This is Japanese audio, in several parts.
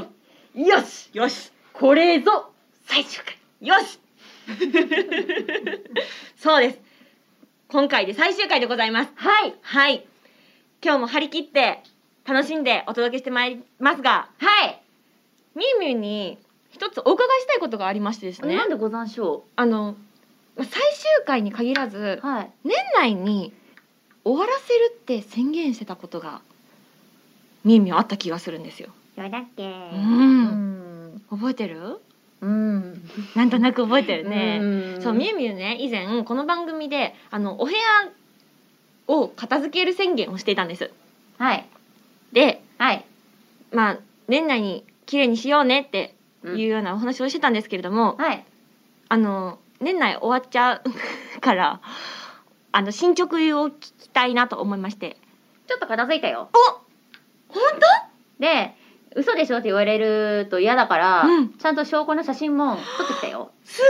よしよしこれぞ最終回よ しそうです。今回で最終回でございます。はいはい。今日も張り切って楽しんでお届けしてまいりますが、はい、みゆみゆに一つお伺いしたいことがありましてですねなん。でござんしょあの、まあ最終回に限らずう、はい年内に終わらせるって宣言してたことが、みゆみゆあった気がするんですよ。よだっけうう。んん覚えてるうんなんとなく覚えてるね。ねそうみゆみゆね以前この番組であのお部屋を片付ける宣言をしていたんですはいではいまあ年内に綺麗にしようねっていううようなお話をしてたんですけれども、はいあの年内終わっちゃうからあの進捗を聞きたいなと思いましてちょっと片付いたよ本で嘘でしょって言われると嫌だから、うんちゃんと証拠の写真も撮ってきたよ当す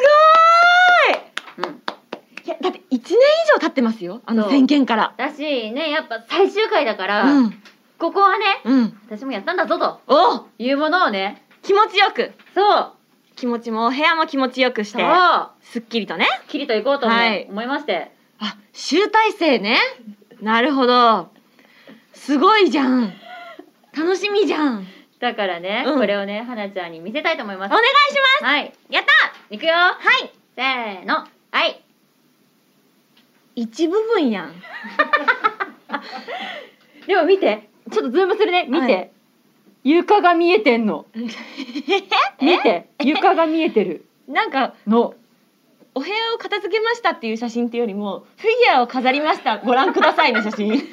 ごーいうんいやだって1年以上経ってますよあのそう宣言からだしねやっぱ最終回だから、うんここはねうん私もやったんだぞとおいうものをね気持ちよくそう気持ちもお部屋も気持ちよくしてそうすっきりとねきりといこうと思,、はい思いましてあ、集大成ね。なるほど。すごいじゃん。楽しみじゃん。だからね、うんこれをねはなちゃんに見せたいと思いまおす願いしはいます。やったいくよははい。せーのはい一部分やん。でも見てちょっとズームするね見て、はい床が 見えてんの見て床が見えてるなんか、のお部屋を片付けましたっていう写真っていうよりも、フィギュアを飾りました。ご覧くださいの写真。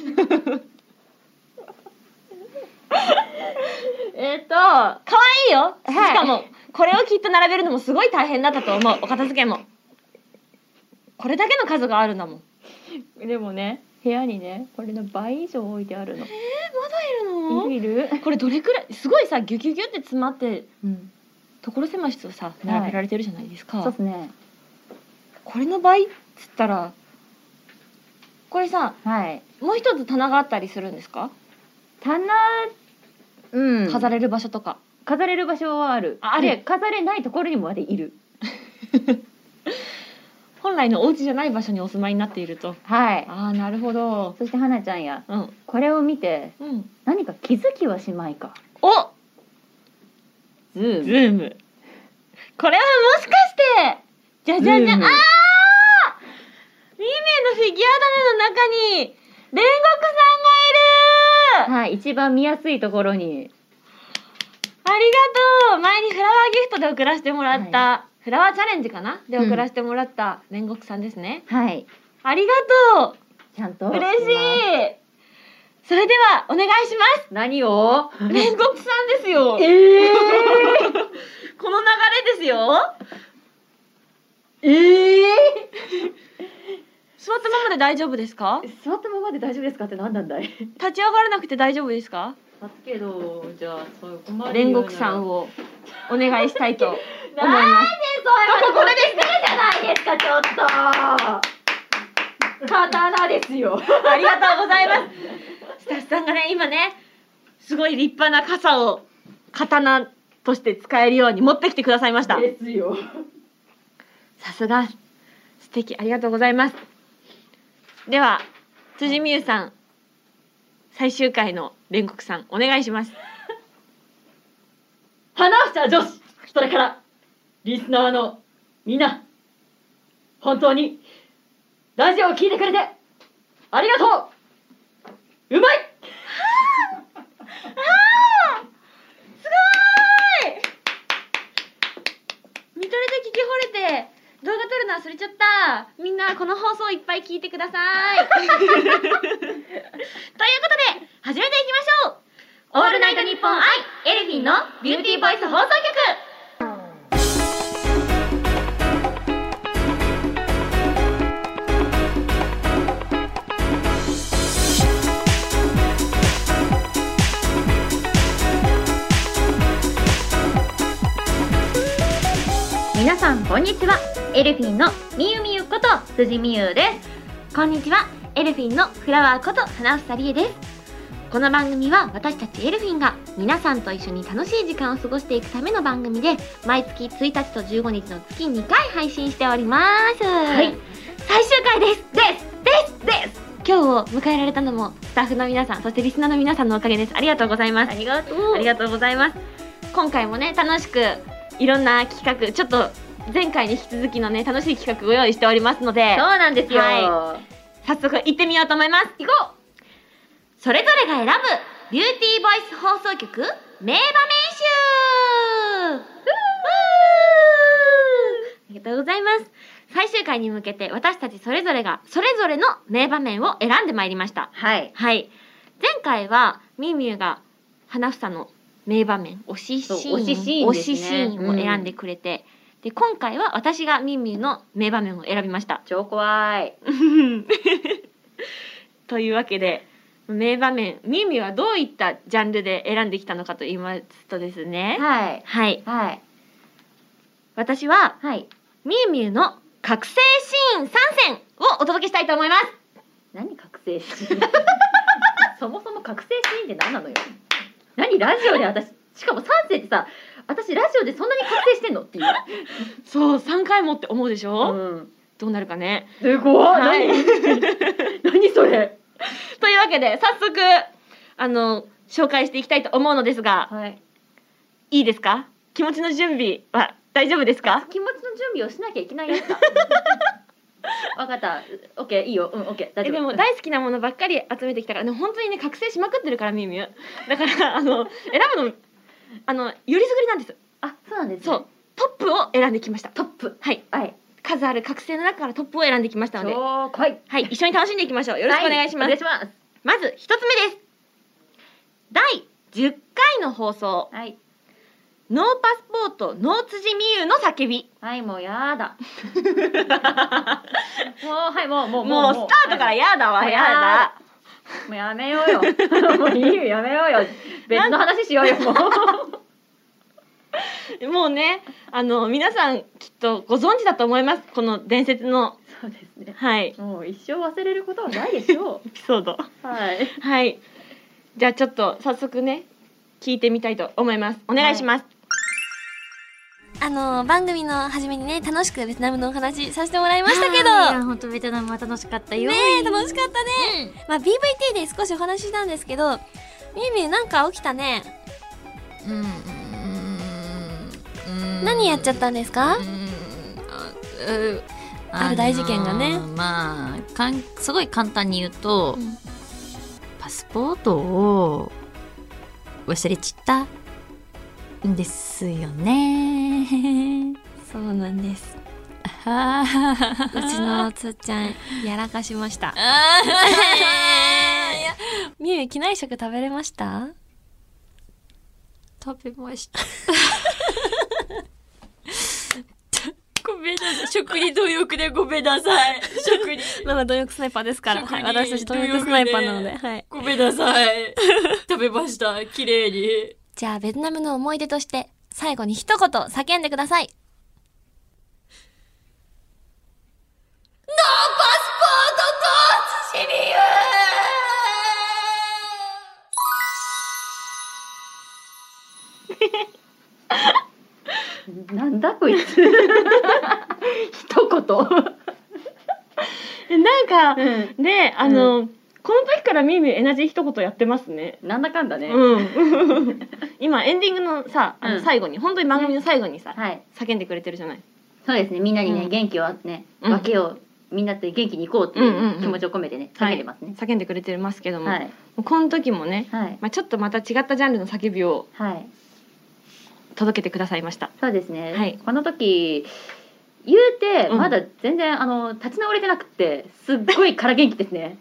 えっ、と可愛いよ。しはいかも、これをきっと並べるのもすごい大変だったと思う。お片付けも。これだけの数があるんだもん。でもね部屋にねこれの倍以上置いてあるのいるいる、のこれどれくらい、すごいさ、ギュギュギュって詰まって、うん、所狭しとさ、並べられてるじゃないですか。そうですねこれの倍っつったらこれさはいもう一つ棚があったりするんですか、棚うん飾飾れれる場所とか飾れる場所はあるああるで飾れないところにまでいる本来のお家じゃない場所にお住まいになっているとはいああなるほどそして花ちゃんやうんこれを見てうん何か気づきはしまいかおズーズムームこれはもしかしてじゃじゃじゃあズーームミメのフィギュア棚の中に煉獄さんがいはるい一番見やすいところにありがとう前にフラワーギフトで送らせてもらった、フラワーチャレンジかなで送らせてもらった煉獄さんですね、はいありがとうちゃんと嬉しいい。それではお願いします。何を煉獄さんですよ。ええこの流れですよ。ええ座ったままで大丈夫ですか？座ったままで大丈夫ですかって何なんだい立ち上がらなくて大丈夫ですか？だけどじゃあそういう困煉獄さんををお願いしたいと思いなんでます。そういうここで失礼じゃないですかちょっと刀ですよ ありがとうございます。スタッフさんがね今ねすごい立派な傘を刀として使えるように持ってきてくださいました。ですよさすが素敵ありがとうございますでは辻美優さん最終回の煉獄さんお願いします花房女子それからリスナーのみんな本当にラジオを聞いてくれてありがとううまい見とれて聞き惚れて動画撮るの忘れちゃったみんなこの放送いっぱい聞いてくださ いということで始めていきましょうオールナイトニッポンアイエルフィンのビューティーボイス放送局皆さんこんにちはエルフィンのみゆみゆこと辻みゆですこんにちはエルフィンのフラワーこと花房理恵ですこの番組は私たちエルフィンが皆さんと一緒に楽しい時間を過ごしていくための番組で毎月1日と15日の月2回配信しておりますはい最終回ですですですです今日を迎えられたのもスタッフの皆さんそしてリスナーの皆さんのおかげですありがとうございますありがとあう。りがとうございます。今回もね、楽しくいろんな企画、ちょっと前回に引き続きのね、楽しい企画ご用意しておりますのでそう、なんですよ。は早速行ってみようと思います。行こうそれぞれが選ぶ、ビューティーボイス放送局、名場面集ありがとうございます。最終回に向けて私たちそれぞれがそれぞれの名場面を選んでまいりました。はい。はい。前回は、みゆみゆが、花房の名場面、推しシーン、そう推しシーンですね推しシーンを選んでくれて、で、今回は私がみゆみゆの名場面を選びました。超怖い。というわけで、名場面、みゆみゆはどういったジャンルで選んできたのかと言いますとですね、はい。はい。はい。私は、はい。みゆみゆの覚醒シーン参戦をお届けしたいと思います。何覚醒シ ーンそもそも覚醒シーンって何なのよ何ラジオで私しかも3世ってさ私ラジオでそんなに覚醒してんのっていう、そう、3回もって思うでしょ、うん、どうなるかね。すごい、はい何何それというわけで、早速、あの、紹介していきたいと思うのですが、はいいいですか気持ちの準備は大丈夫ですか気持ちの準備をしなきゃいけないやつ だわかったオッケーいいようんオッケー大え丈夫でも大好きなものばっかり集めてきたから、ね、本当にね覚醒しまくってるからみゆみゆだからあの選ぶのあのよりすぐりなんですあそうなんです、ね、そうトップを選んできましたトップはいはい数ある覚醒の中からトップを選んできましたので超怖いよはい一緒に楽しんでいきましょうよろしくお願いします、お願いしますまず一つ目です第10回の放送はい「ノーパスポートノー辻みゆの叫びはいもうや だ」もうはいもうもうもうスタートからややだわもうやだもうやめよう よ。もういいよ、やめようよ。別の話しようよ、もう。もうね、あの皆さんきっとご存知だと思います。この伝説のそうですね。はいもう一生忘れることはないでしょエピソード。う。はい。はい。じゃあちょっと早速ね、聞いてみたいと思います。お願いします。あの番組の初めにね楽しくベトナムのお話させてもらいままししたたけけどど。本当ベトナムは楽しかったよ。ねえ楽しかったね、まあ BVT で少しお話ししたんですけどみゆみゆなんか起きたね、うんうんうん何やっちゃったんですかうんあうある大事件がねあのーまあかんすごい簡単に言うと、うんパスポートを忘れちったんですよねそうなんですあうちのつーちゃんやらかしましたーみゆみゆ機内食食べれました食べま した。ごめんなさい。食に貪欲でごめんなさい。食に。 ママ貪欲スナイパーですから、はい、食に私たち貪欲スナイパーなので、貪欲はい、ごめんなさい。 食べました。綺麗に。じゃあベトナムの思い出として最後に一言叫んでくださいなんだこいつ。 一なんか言。うね、あの、この時からみゆみゆエナジー一言やってますね。ん。なんだかんだね。うん。 今エンディングのさ、あうのん最後に、本当に番組の最後にさ、はい。叫んでくれてるじゃない。そうですね。みんなにね、うん元気をね、うん分けよう。みんなと元気に行こうってうんういんううん気持ちを込めてね、は叫いんでますね。叫んでくれてますけども、はもい。うこの時もね、はい。まあちょっとまた違ったジャンルの叫びをはい。届けてくださいました。そうですね。はいこの時。言うて、うんまだ全然、あの、立ち直れてなくて、すっごいから元気です ね。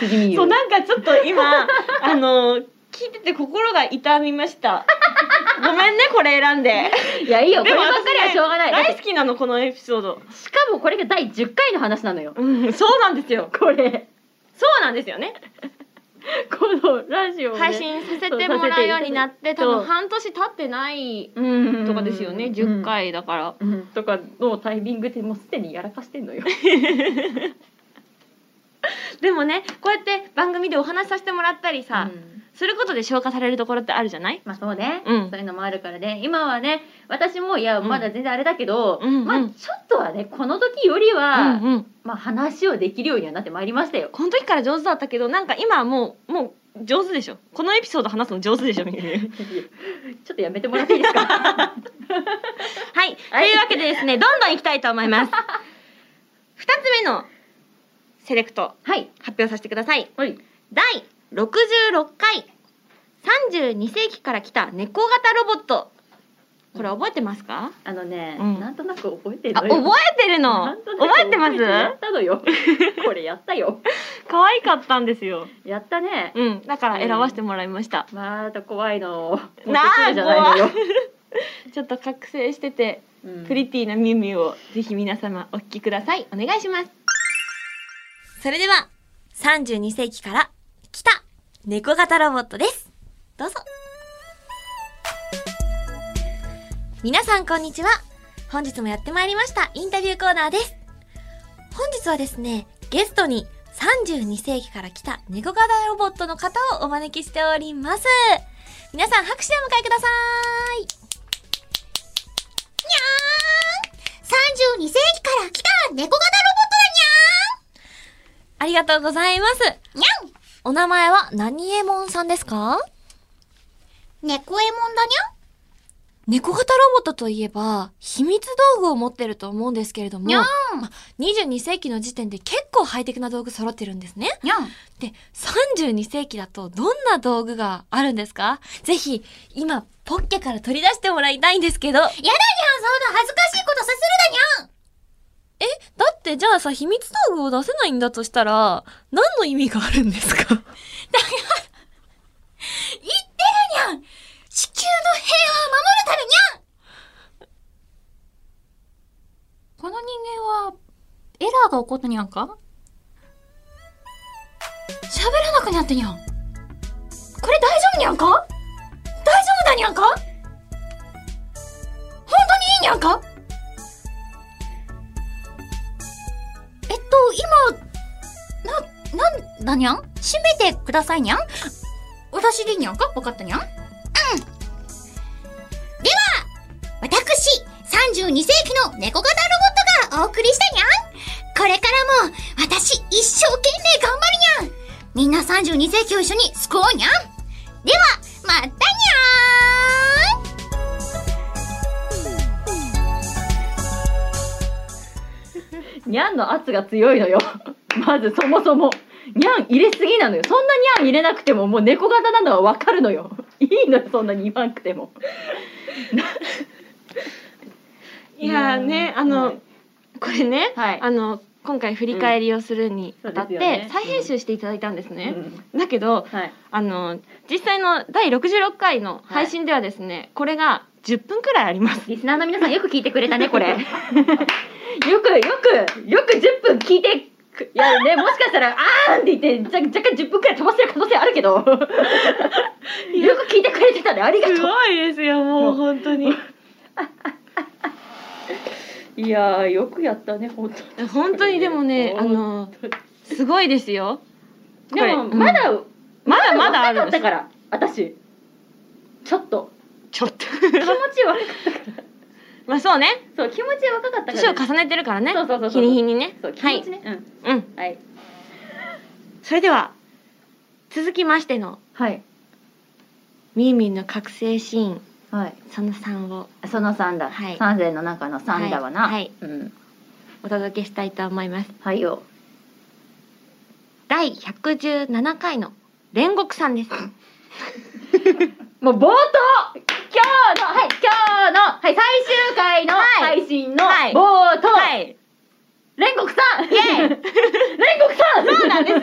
次に言う。そうなんかちょっと 今あの聞いてて心が痛みました。ごめんねこれ選んで。いや、いいよ。こでれもばっかりはしょうがない。だって大好きなのこのエピソード。しかもこれが第10回の話なのよ。うんそうなんですよ。これ、そうなんですよね。このラジオ、ね、配信させてもらうようになって多分半年経ってないとかですよね。10回だから。うん、とかのタイミングでもうすでにやらかしてんのよ。でもねこうやって番組でお話しさせてもらったりさ、うんすることで消化されるところってあるじゃないまあそうね、うんそういうのもあるからね今はね私もいやうんまだ全然あれだけど、うんうんまあちょっとはねこの時よりは、うんうん、まあ話をできるようにはなってまいりま したよ。この時から上手だったけどなんか今はもうもう上手でしょこのエピソード話すの上手でしょみんな はいちょっとやめてもらっていいですか というわけでですねどんどんいきたいと思い ます二つ目のセレクトはい。発表させてくださいはい。第66回32世紀から来た猫型ロボットこれ覚えてますかあのね、うんなんとなく覚えてるあのよ。覚えてる のなんとなく覚えてますやったのよ。 これやったよ。可愛かったんですよやったね。うんだから選ばせてもらいました、また怖いのを持ってくなあるじゃないのよ。ちょっと覚醒しててうんプリティなミュウミュウをぜひ皆様お聞きくださいお願いしますそれでは、32世紀から来た猫型ロボットです。どうぞ。皆さんこんにちは。本日もやってまいりましたインタビューコーナーです。本日はですね、ゲストに32世紀から来た猫型ロボットの方をお招きしております。皆さん拍手をお迎えください。にゃーん !32 世紀から来た猫型ロボットだにゃーんありがとうございます。にゃんお名前は何えもんさんですか猫えもんだにゃん猫型ロボットといえば、秘密道具を持ってると思うんですけれども、にゃんま22世紀の時点で結構ハイテクな道具揃ってるんですね。にゃんで、32世紀だとどんな道具があるんですかぜひ、今、ポッケから取り出してもらいたいんですけど。やだにゃんそんな恥ずかしいことさせるだにゃんえ、だってじゃあさ、秘密道具を出せないんだとしたら、何の意味があるんですかだから、言ってるにゃん地球の平和を守るためにゃんこの人間はエラーが起こったにゃんか喋らなくなったにゃんこれ大丈夫にゃんか大丈夫だにゃんか本当にいいにゃんかえっと今ななんだにゃん閉めてくださいにゃん私でいいにゃんかわかったにゃんうんでは私32世紀の猫型ロボットがお送りしたにゃんこれからも私一生懸命頑張るにゃんみんな32世紀を一緒に救おうにゃんではまたにゃーんにゃんの圧が強いのよ まずそもそもにゃん入れすぎなのよそんなにゃん入れなくてももう猫型なのはわかるのよ いいのよそんなに言わなくてもいやーねあの、はいこれねはいあの今回振り返りをするにあたって、うんそうですよね再編集していただいたんですねう、んだけどはいあの実際の第66回の配信ではですね、これが10分くらいありますリスナーの皆さんよく聞いてくれたねこ れ。よくよくよく10分聞いてくいやねもしかしたら「あーん!」って言ってじゃ若干10分くらい飛ばしてる可能性あるけどよく聞いてくれてたねありがとうすごいですよもう本当にいやーよくやったね本当に本当にでもねあのすごいですよこれでもうんまだ、まだまだある若かっんでたすから私ちょっとちょっと気 持ち若かったまあそうねそう気持ち若かったか年らを重ねてるからねそうそうそう日そうに日にねそう気は持いちね、うんうんはいそれでは続きましてのはいみーみーの覚醒シーンはいその3をその三だ、はい三世の中の三だわなはいはいうんお届けしたいと思いますはいよ第117回の煉獄さんですもう冒頭今日のはい今日のはい最終回のはい配信のはい冒頭、はい煉獄さんイエイ 煉獄さんそうなんです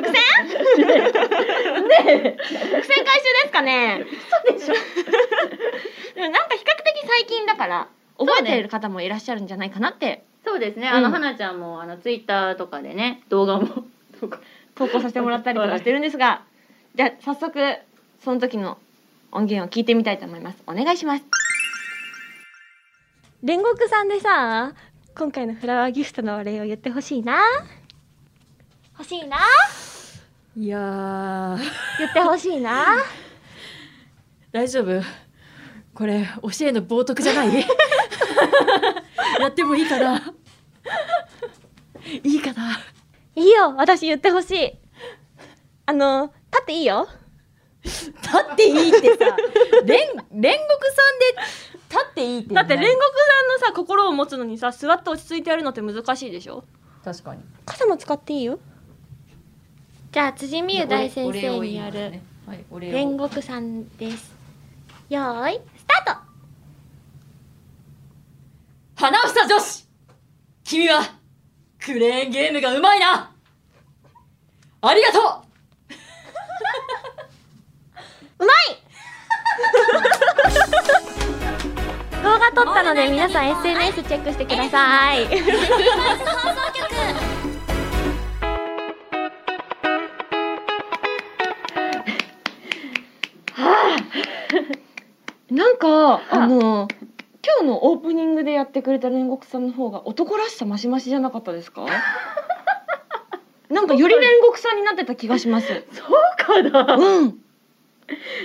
伏線 ねえ伏線回収ですかねそうでしょ でもなんか比較的最近だから覚えてる方もいらっしゃるんじゃないかなってそうですね。うんあの、はなちゃんもあのツイッターとかでね動画もそうか投稿させてもらったりとかしてるんですがじゃあ早速その時の音源を聞いてみたいと思いますお願いします煉獄さんでさ、今回のフラワーギフトのお礼を言ってほしいな。欲しいないやー言って欲しいな 大丈夫これ教えの冒涜じゃない やってもいいか ないいかないいよ私言ってほしいあの立っていいよ立っていいってさ煉煉獄さんで立っていいってだって煉何獄さんのさ心を持つのにさ座って落ち着いてやるのって難しいでしょ確かに傘も使っていいよじゃあ辻美優大先お礼生を言にいよまするねはい、お礼煉を獄さんですよーいスタート花房女子君はクレーンゲームがうまいなありがとううまい動画撮ったので皆さん SNS チェックしてください放送局なんかあの今日のオープニングでやってくれた煉獄さんの方が男らしさましましじゃなかったです かなんかより煉獄さんになってた気がしますそうかなうんい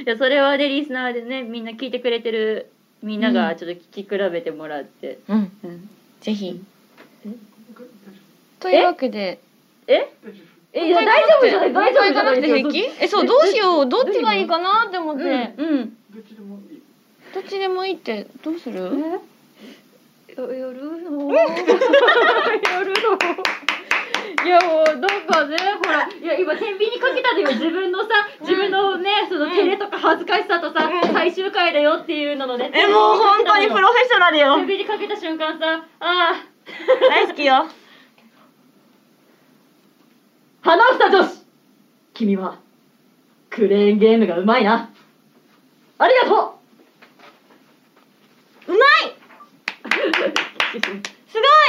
やそれはねリスナーでねみんな聞いてくれてるみんながちょっと聞き比べてもらって、うんうんぜひというわけでええいや大丈夫じゃない大丈夫じゃない平気えそうどうしようどっちがいいかなって思っうて、ん、うんどっちでもいいってどうする、よ夜 の夜のいやもうなんかねほらいや今天秤にかけたでよ自分のさ自分のねその照れとか恥ずかしさとさ、最終回だよっていうののねえもう本当にプロフェッショナル天よ秤にかけた瞬間さああ大好きよ花房女子君はクレーンゲームがうまいなありがとうまいうすご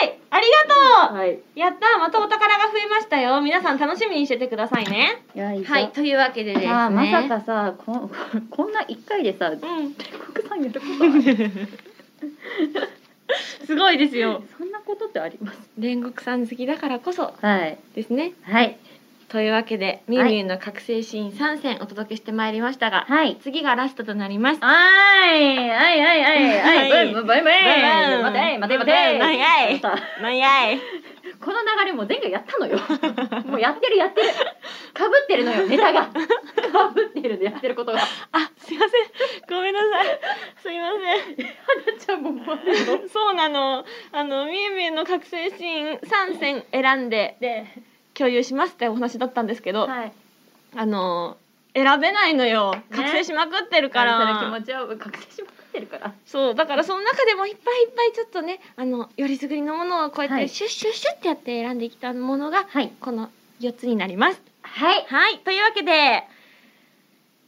いありがとう、はいやったまたお宝が増えましたよ皆さん楽しみにしててくださいねいやいはいというわけでですねあーまさかさこんこんな一回でさうん国産やることある すごいですよそんなことってあります煉獄さん好きだからこそはいですねはいというわけでみゆみゆの覚醒シーン3選お届けしてまいりましたが、はい次がラストとなりますあいあいあいあいあいはいバイバイバイバイ待て待て待て長いまたなんやいこの流れもう前回やったのよ もうやってるやってるかぶってるのよネタがかぶってるのやってること があすいませんごめんなさいすいませなっちゃんももうんそうなのあのみゆみゆの覚醒シーン3選選んでで共有しますってお話だったんですけど、はいあの選べないのよ覚醒しまくってるかあら、その気持ちを確定しまくってるからそうだからその中でもいっぱいいっぱいちょっとねあのよりすぐりのものをこうやっはていシュッシュッシュッってやって選んできたものがはいこの4つになります。はいはい、というわけで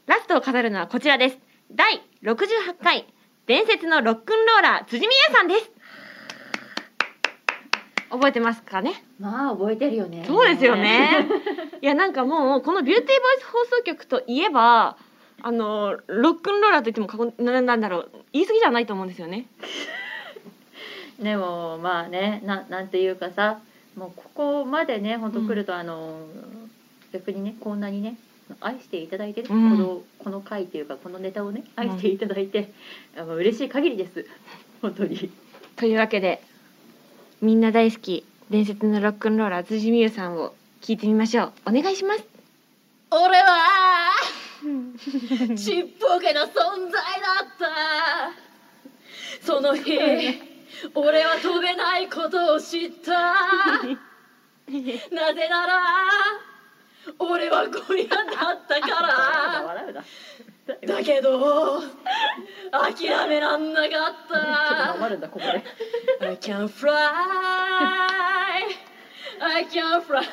ラストを飾るのはこちらです。第68回伝説のロックンローラー辻美優さんです。覚えてますかね。まあ覚えてるよねそうですよね。 いやなんかもうこのビューティーボイス放送局といえば。あのロックンローラーと言っても過言ななんだろう言い過ぎじゃないと思うんですよね。 でもまあねななんていうかさもうここまでね本当うん来ると、あの逆にねこんなにね愛していただいてる、うんこのこの回というかこのネタをね愛していただいて、あの嬉しい限りです本当にというわけでみんな大好き伝説のロックンローラー辻美優さんを聞いてみましょうお願いします俺はちっぽけな存在だったその日俺は飛べないことを知ったなぜなら俺はゴリラだったから笑うなだけど諦めらんなかっちょっとた黙るんだここで I can fly I can fly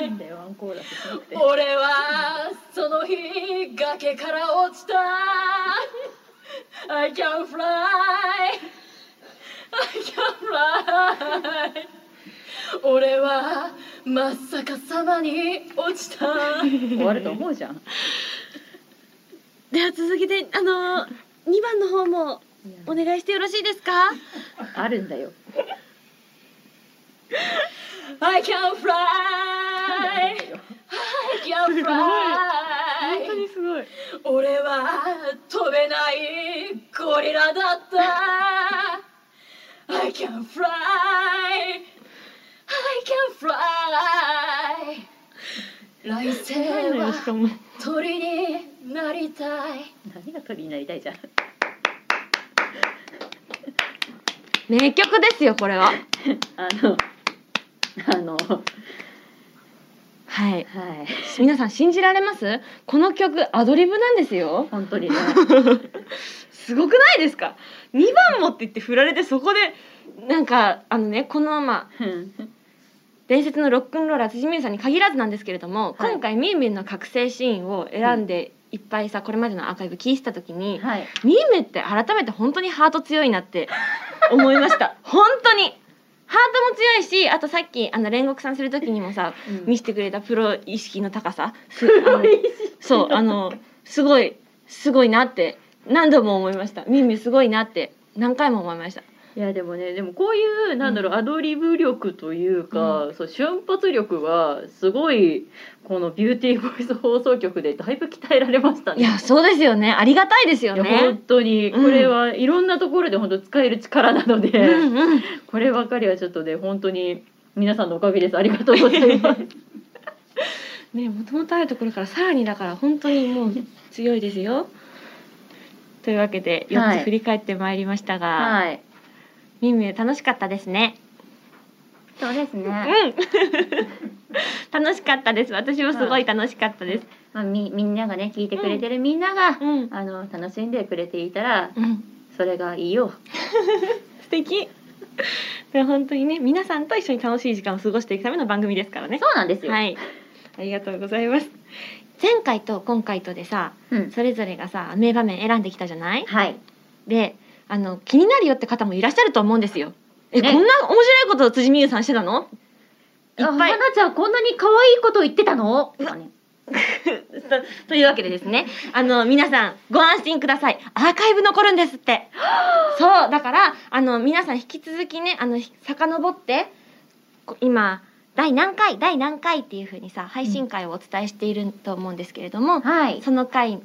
なんだよワンコーラスしなくて俺はその日崖から落ちた I can fly I can fly 俺はまっさかさまに落ちた終わると思うじゃんでは続けてあのー、2番の方もお願いしてよろしいですかあるんだよ I can fly はい。やすごいば本当にすごい。い。俺は飛べないゴリラだった。I can fly. I can fly. 来世ないのよしはかも。鳥になりたい。何が鳥になりたいじゃん。名曲ですよこれは。あの、あの、ははい。い。皆さん信じられます？この曲アドリブなんですよ。本当にね。 すごくないですか2番もって言って振られてそこでなんかあのねこのまま伝説のロックンローラー辻美優さんに限らずなんですけれども、はい今回みーみーの覚醒シーンを選んでいっぱいさこれまでのアーカイブ聞いてた時に、はい。みーみーって改めて本当にハート強いなって思いました 本当にハートも強いしあとさっきあの煉獄さんする時にもさ見せてくれたプロ意識の高さすあのそうあのすごいすごいなって何度も思いましたミンミンすごいなって何回も思いましたいやでもねでもこういうなんだろう、アドリブ力というか、そう瞬発力はすごいこの「ビューティーボイス放送局」でだいぶ鍛えられましたいね。やそうですよねありがたいですよいや本ね当にこうんれはいろんなところで本当使える力なので、うんうんこればかりはちょっとね本当に皆さんのおかげですありがとうございます。ねもともとあるところからさらにだから本当にもう強いですよというわけでは4いつ振り返ってまいりました が、はいミンミン楽しかったですねそうですね、うん楽しかったです私もすごい楽しかったです、まあ、みみんながね聞いてくれてるみんなが、うんあの楽しんでくれていたらうんそれがいいよ。素敵で本当にね皆さんと一緒に楽しい時間を過ごしていくための番組ですからねそうなんですよ。はいありがとうございます前回と今回とでさうんそれぞれがさ名場面選んできたじゃないはいであの気になるよって方もいらっしゃると思うんですよえ、ねこんな面白いことを辻美優さんしてたのいっぱいあ花ちゃんこんなに可愛いこと言ってたのとかねとというわけでですねあの皆さんご安心くださいアーカイブ残るんです ってそうだからあの皆さん引き続きねあのひ遡ってこ今第何回第何回っていう風にさ配信会をお伝えしていると思うんですけれども、はい。その回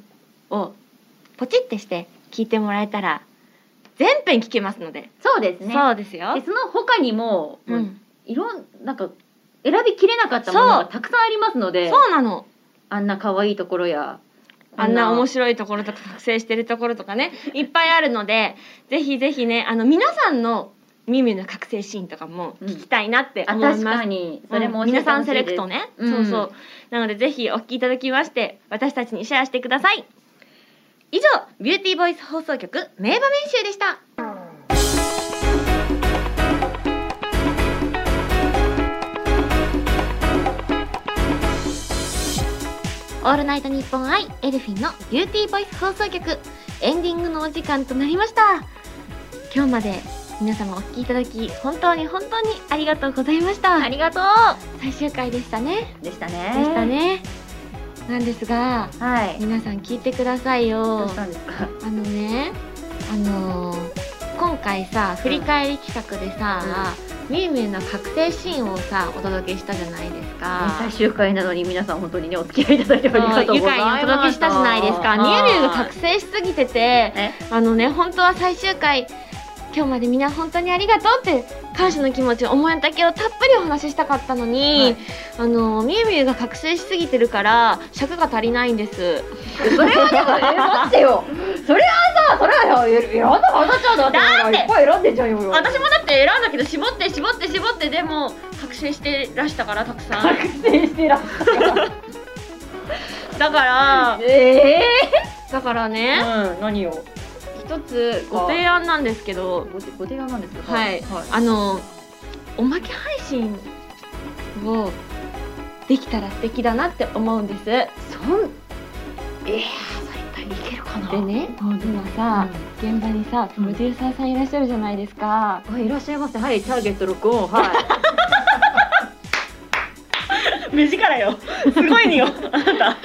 をポチってして聞いてもらえたら全編聞けますので、そうですね。そうですでよ、その他にも、う、もうんいろんなんか選びきれなかったものがそうたくさんありますので、そうなのあんな可愛いところやあんな面い白いところとか覚醒してるところとか ねいっぱいあるのでぜひぜひねあの皆さんの耳の覚醒シーンとかも聞きたいなってあ思います、確かにそれもうん教え皆てほしいですさんセレクトね、うんそうそうなのでぜひお聞きいただきまして私たちにシェアしてください以上ビューティーボイス放送局名場面集でしたオールナイトニッポンアイエルフィンのビューティーボイス放送局エンディングのお時間となりました今日まで皆様お聞きいただき本当に本当にありがとうございましたありがとう最終回でしたねでしたね。でした。ねなんですがはい。皆さん聞いてくださいどようしたんですか。あのねあのー今回さ振り返り企画でさ、みゆみゆの覚醒シーンをさお届けしたじゃないですか最終回なのに皆さん本当にねお付き合いいただいてありがとう愉ござい快にます。お届けしたじゃないですか。みゆみゆが覚醒しすぎててえ、あのね、本当は最終回、今日までみんな本当にありがとうって感謝の気持ち、思いだけをたっぷりお話ししたかったのに、あの、みゆみゆが覚醒しすぎてるから、尺が足りないんです。それはでもね待ってよ。それはさそれはよ選んだ花ちゃんだってだっていっぱい選んでんじゃんよ。私もだって選んだけど絞って絞って絞ってでも覚醒してらしたからたくさん覚醒してらっしだからゃる。えだからえねうん何を。一つご提案なんですけどごご提案なんですけど。はいあのおまけ配信をできたら素敵だなって思うんですでそんええそれ一体いけるかなね今さ現場にさプロデューサーさんいらっしゃるじゃないですかあいらっしゃいませはいターゲット録音はい目力よすごいのよあ なた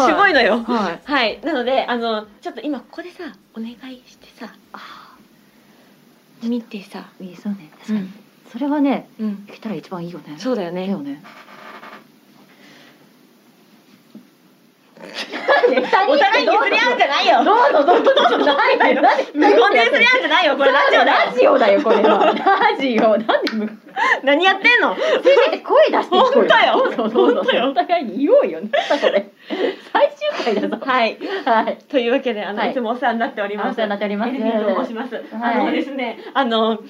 はいすごいのよはいはいなのであのちょっと今ここでさお願いしてさ見てさいいそうね確かにそれはねうん聞けたら一番いいよねそうだようねよねお互いに譲り合うんじゃないよ。どうぞどうぞどうぞ。ないよ。なんで無言で譲り合うんじゃないよこれラジオだよラジオだよこれは。ラジオなんで無言。何やってんのせめて声出して本当よそうそうそう本当よお互いに言おうよ。なんだこれ。最終回だぞ。はいはい。というわけであの、はいい、つもお世話になっておりますお世話になっておりますエレフィンと申します、はいあのですねあの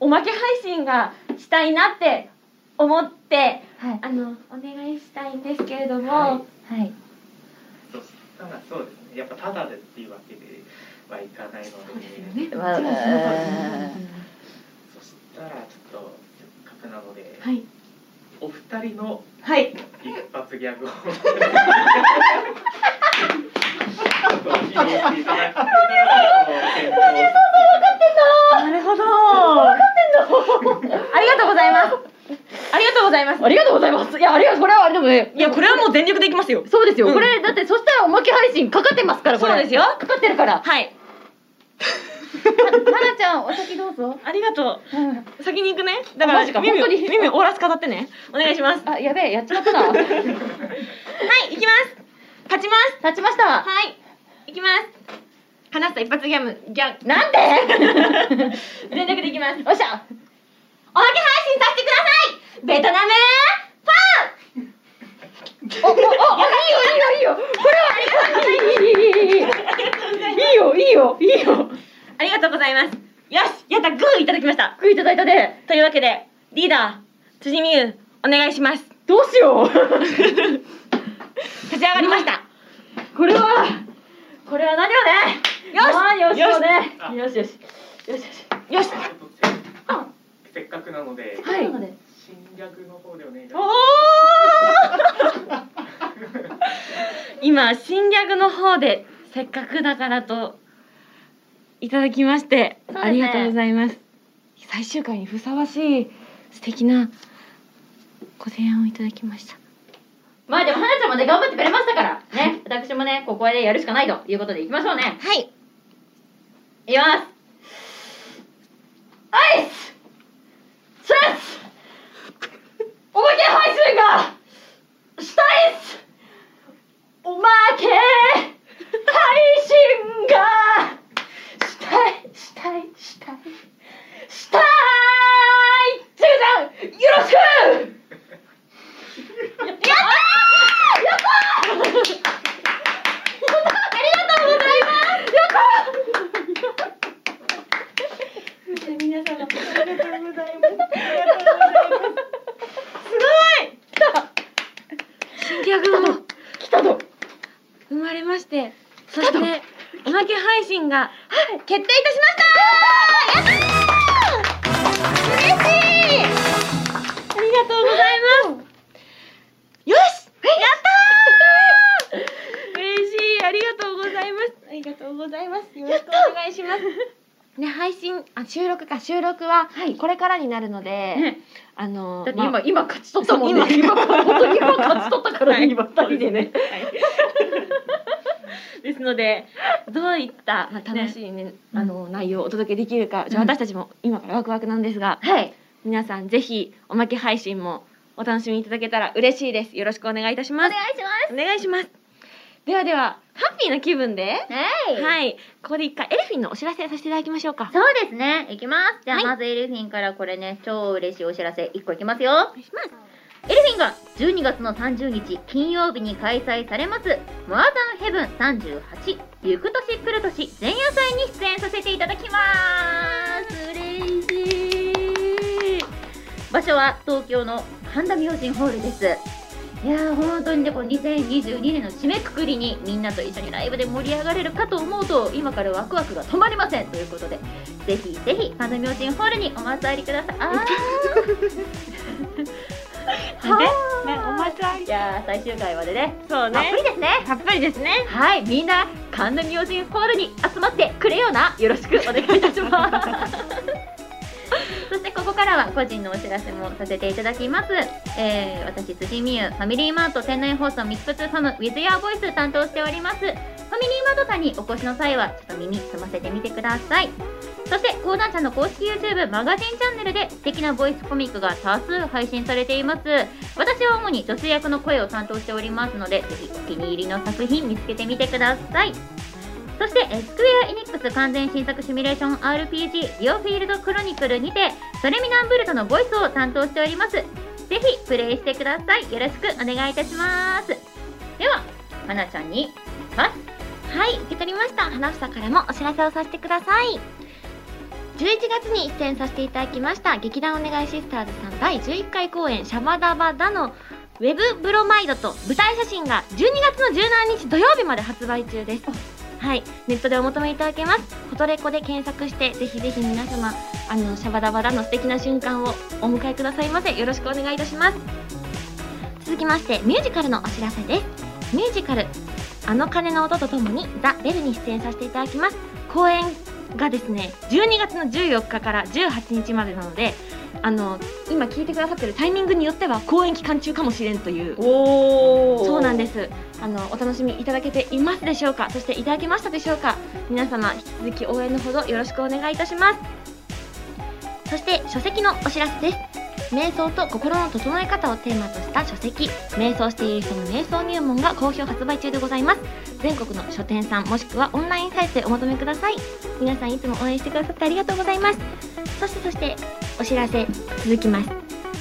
おまけ配信がしたいなって思ってはいあのお願いしたいんですけれども、はいはい。そしたらそうですねやっぱただでっていうわけではいかないのでそうですよねまあそうそうそしたらちょっとせっかくなので、はいお二人のはい一発ギャグをちょっと披露していただくとなるほ どありがとうございますありがとうございますありがとうございます。いやありがとうこれはでもねいやこれはもう全力でいきますよそうですよ。うんこれだってそしたらおまけ配信かかってますからこれ。そうですよかかってるから。はいまなちゃんお先どうぞ。ありがとうんう先に行くねだからマジかミミ本当にミミオーラス語ってねお願いしますあやべえやっちまった な。立はい行きます勝ちますちました。はい行きます話した一発ギャムギャなんで？全力でいきますよっしゃ。おまけ配信させてくださいベトナムおおおいいよいいよいいよ。これはいいよいいいいいいいいいいいいいよいいよいいよ。ありがとうございますよしやったグーいただきました食いいただいたね。というわけでリーダー辻美優お願いしますどうしよう。立ち上がりましたこれはこれは何をね。よしまあよしよしよね。あよしよしよしよし。よしせっかくなのではい。新ギャグの方でお願いしおまおー 今新ギャグの方でせっかくだからといただきまして、そうですねありがとうございます最終回にふさわしい素敵なご提案をいただきましたまあでも花ちゃんもね頑張ってくれましたからね私もねここでやるしかないということでいきましょうねはい。いきますアイスセンスおまけ配信がしたいっすおまけ配信がしたいしたいしたいしたいちぐちゃんよろしく新ギャグも来たぞ生まれましてそしておまけ配信が決定いたしましたやったー嬉しいありがとうございますよしやったー嬉しいありがとうございますありがとうございますよろしくお願いしますね配信あ収録か収録はこれからになるので、ねあのだってまあ今、今勝ち取ったもんね。そう 今、本当に今勝ち取ったからはね、い今二人でね。ですのでどういった、まあ、楽しい、ねあの内容をお届けできるか、じゃあうん私たちも今からワクワクなんですが、はい。皆さんぜひおまけ配信もお楽しみいただけたら嬉しいですよろしくお願いいたしますお願いしますではではハッピーな気分ではい、ここで一回エルフィンのお知らせさせていただきましょうかそうですね。いきます。じゃあ、はいまずエルフィンからこれね、超嬉しいお知らせ、1個いきますよ。お願いしますエルフィンが12月の30日金曜日に開催されます、モアザンヘブン38、ゆく年来る年前夜祭に出演させていただきます。嬉しい。場所は東京の神田明神ホールです。いやー本当にね、この2022年の締めくくりにみんなと一緒にライブで盛り上がれるかと思うと今からワクワクが止まりませんということでぜひぜひ神田明神ホールにお祭りください。 あーなんでねお祭りいやー最終回までねそうたっねぷりですねたっぷりですねはいみんな神田明神ホールに集まってくれよなよろしくお願いいたしますそしてここからは個人のお知らせもさせていただきます、えー、私辻美優ファミリーマート店内放送ミックスファム With Your Voice 担当しておりますファミリーマートさんにお越しの際はちょっと耳澄ませてみてくださいそして講談社の公式 YouTube マガジンチャンネルで素敵なボイスコミックが多数配信されています私は主に女性役の声を担当しておりますのでぜひお気に入りの作品見つけてみてくださいそしてえースクエア・エニックス完全新作シミュレーション RPG「ディオフィールド・クロニクル」にてソレミナンブルトのボイスを担当しておりますぜひプレイしてくださいよろしくお願いいたしますでははなちゃんにパスはい、受け取りました。花房からもお知らせをさせてください。11月に出演させていただきました劇団お願いシスターズさん第11回公演シャバダバダのウェブブロマイドと舞台写真が12月の17日土曜日まで発売中です。はい、ネットでお求めいただけます。フォトレコで検索してぜひぜひ皆様あのシャバダバダの素敵な瞬間をお迎えくださいませ。よろしくお願いいたします。続きましてミュージカルのお知らせです。ミュージカルあの鐘の音とともに「ザ・ベルに出演させていただきます公演がですね12月の14日から18日までなのであの今聞いてくださってるタイミングによっては公演期間中かもしれんというおそうなんですあのお楽しみいただけていますでしょうかそしていただけましたでしょうか皆様引き続き応援のほどよろしくお願いいたしますそして書籍のお知らせです瞑想と心の整え方をテーマとした書籍瞑想している人の瞑想入門が好評発売中でございます全国の書店さんもしくはオンラインサイトでお求めください皆さんいつも応援してくださってありがとうございますそしてそしてお知らせ続きます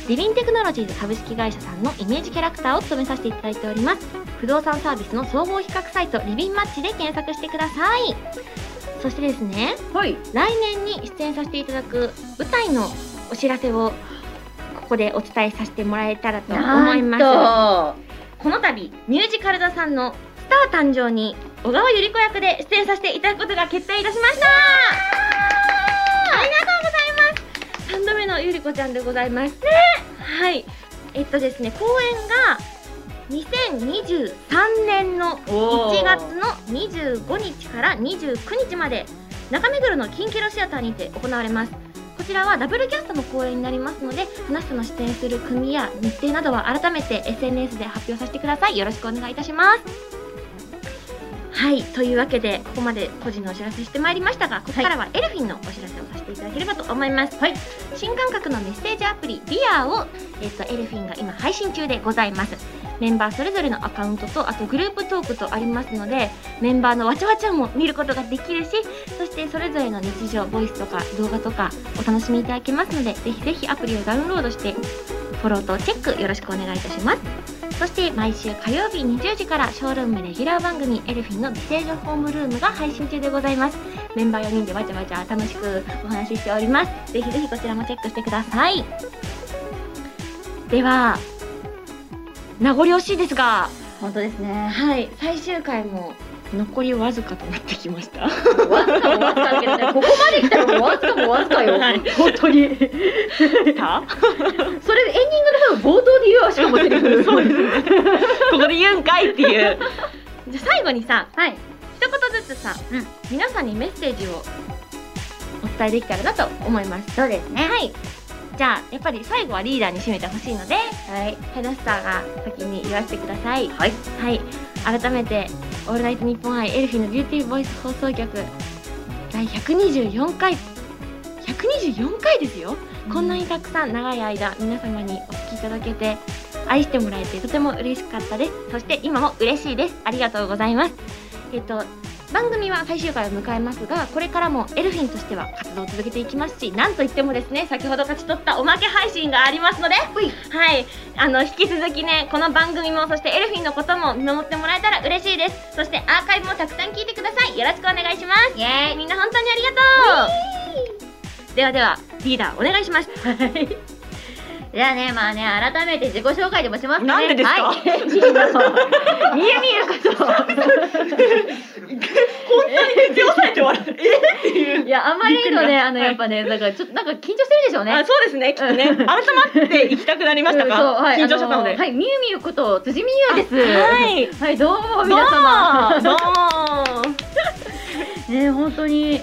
リビンテクノロジーズ株式会社さんのイメージキャラクターを務めさせていただいております不動産サービスの総合比較サイトリビンマッチで検索してくださいそしてですねはい来年に出演させていただく舞台のお知らせをここでお伝えさせてもらえたらと思いますなんとこの度ミュージカル座さんのスター誕生に小川百合子役で出演させていただくことが決定いたしましたありがとうございます3度目の百合子ちゃんでございますはいえっとですね公演が2023年のおー1月の25日から29日まで中目黒のキンキロシアターにて行われますこちらはダブルキャストの公演になりますので花下の出演する組や日程などは改めて SNS で発表させてくださいよろしくお願いいたしますはいというわけでここまで個人のお知らせしてまいりましたがここからはエルフィンのお知らせをさせていただければと思います、はい、新感覚のメッセージアプリ「ビアを、えっとエルフィンが今配信中でございますメンバーそれぞれのアカウントとあとグループトークとありますのでメンバーのわちゃわちゃも見ることができるしそしてそれぞれの日常ボイスとか動画とかお楽しみいただけますのでぜひぜひアプリをダウンロードしてフォローとチェックよろしくお願いいたしますそして毎週火曜日20時からショールームレギュラー番組エルフィンの美声女ホームルームが配信中でございますメンバー4人でわちゃわちゃ楽しくお話ししておりますぜひぜひこちらもチェックしてくださいでは名残惜しいですが本当ですねはい最終回も残りわずかとなってきましたわずかもわずかだけどねここまで来たらもうわずかもわずかよ本当にた それエンディングの多分冒頭で言うわしかも出てくる そうですここで言うんかいっていうじゃあ最後にさはい一言ずつさ、皆さんにメッセージをお伝えできたらなと思いますそうですねはいじゃあやっぱり最後はリーダーに締めてほしいのではいヘナスターが先に言わせてくださいはいはい改めて「オールナイトニッポンアイエルフィーのビューティーボイス放送局第124回124回ですよ、こんなにたくさん長い間皆様にお聞きいただけて愛してもらえてとても嬉しかったですそして今も嬉しいですありがとうございますえっと番組は最終回を迎えますがこれからもエルフィンとしては活動を続けていきますしなんといってもですね先ほど勝ち取ったおまけ配信がありますのではいあの引き続きねこの番組もそしてエルフィンのことも見守ってもらえたら嬉しいですそしてアーカイブもたくさん聞いてくださいよろしくお願いしますイエーイみんな本当にありがとうではではリーダーお願いしますじゃあね、まあね、改めて自己紹介でもしますね。なんでですかはい、みえみえること。本当に手を押さえて笑えっていう。いや、あまりのね、あの、やっぱね、だから、ちょっと、なんか緊張してるでしょうね。あそうですねきっとね改まって行きたくなりましたか、うんそうはい緊張しちゃったのあではい、みゆみゆこと、辻みゆです。はいはい、どうも、皆あ様ー。どうもね本当に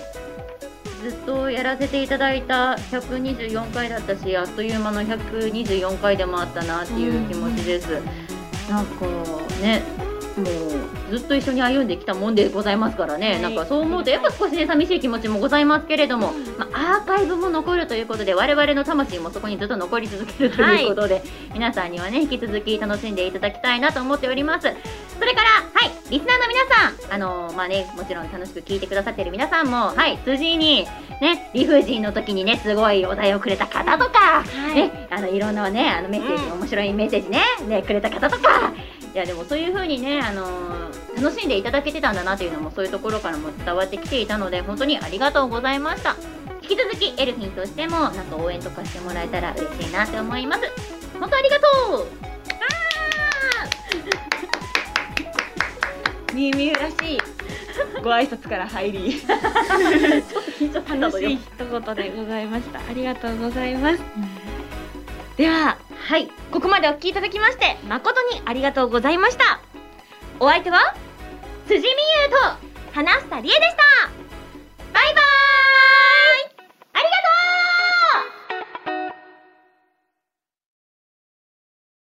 ずっとやらせていただいた124回だったしあっという間の124回でもあったなっていう気持ちです、なんかねもうずっと一緒に歩んできたもんでございますからね、なんかそう思うとやっぱ少しね寂しい気持ちもございますけれども、まあ、アーカイブも残るということで我々の魂もそこにずっと残り続けるということで、皆さんにはね引き続き楽しんでいただきたいなと思っておりますそれからはいリスナーの皆さんあのーまあねもちろん楽しく聞いてくださってる皆さんもはい辻井にね理不尽の時にねすごいお題をくれた方とか、ねあのいろんなねあのメッセージ、面白いメッセージねねくれた方とかいやでもそういう風にね、あのー楽しんでいただけてたんだなというのもそういうところからも伝わってきていたので本当にありがとうございました引き続きエルフィンとしてもなんか応援とかしてもらえたら嬉しいなって思います本当ありがと うみゆみゆらしい ご挨拶から入り楽しい一言でございましたありがとうございます、でははいここまでお聞きいただきまして誠にありがとうございましたお相手は辻美優と花下理恵でしたバイバイ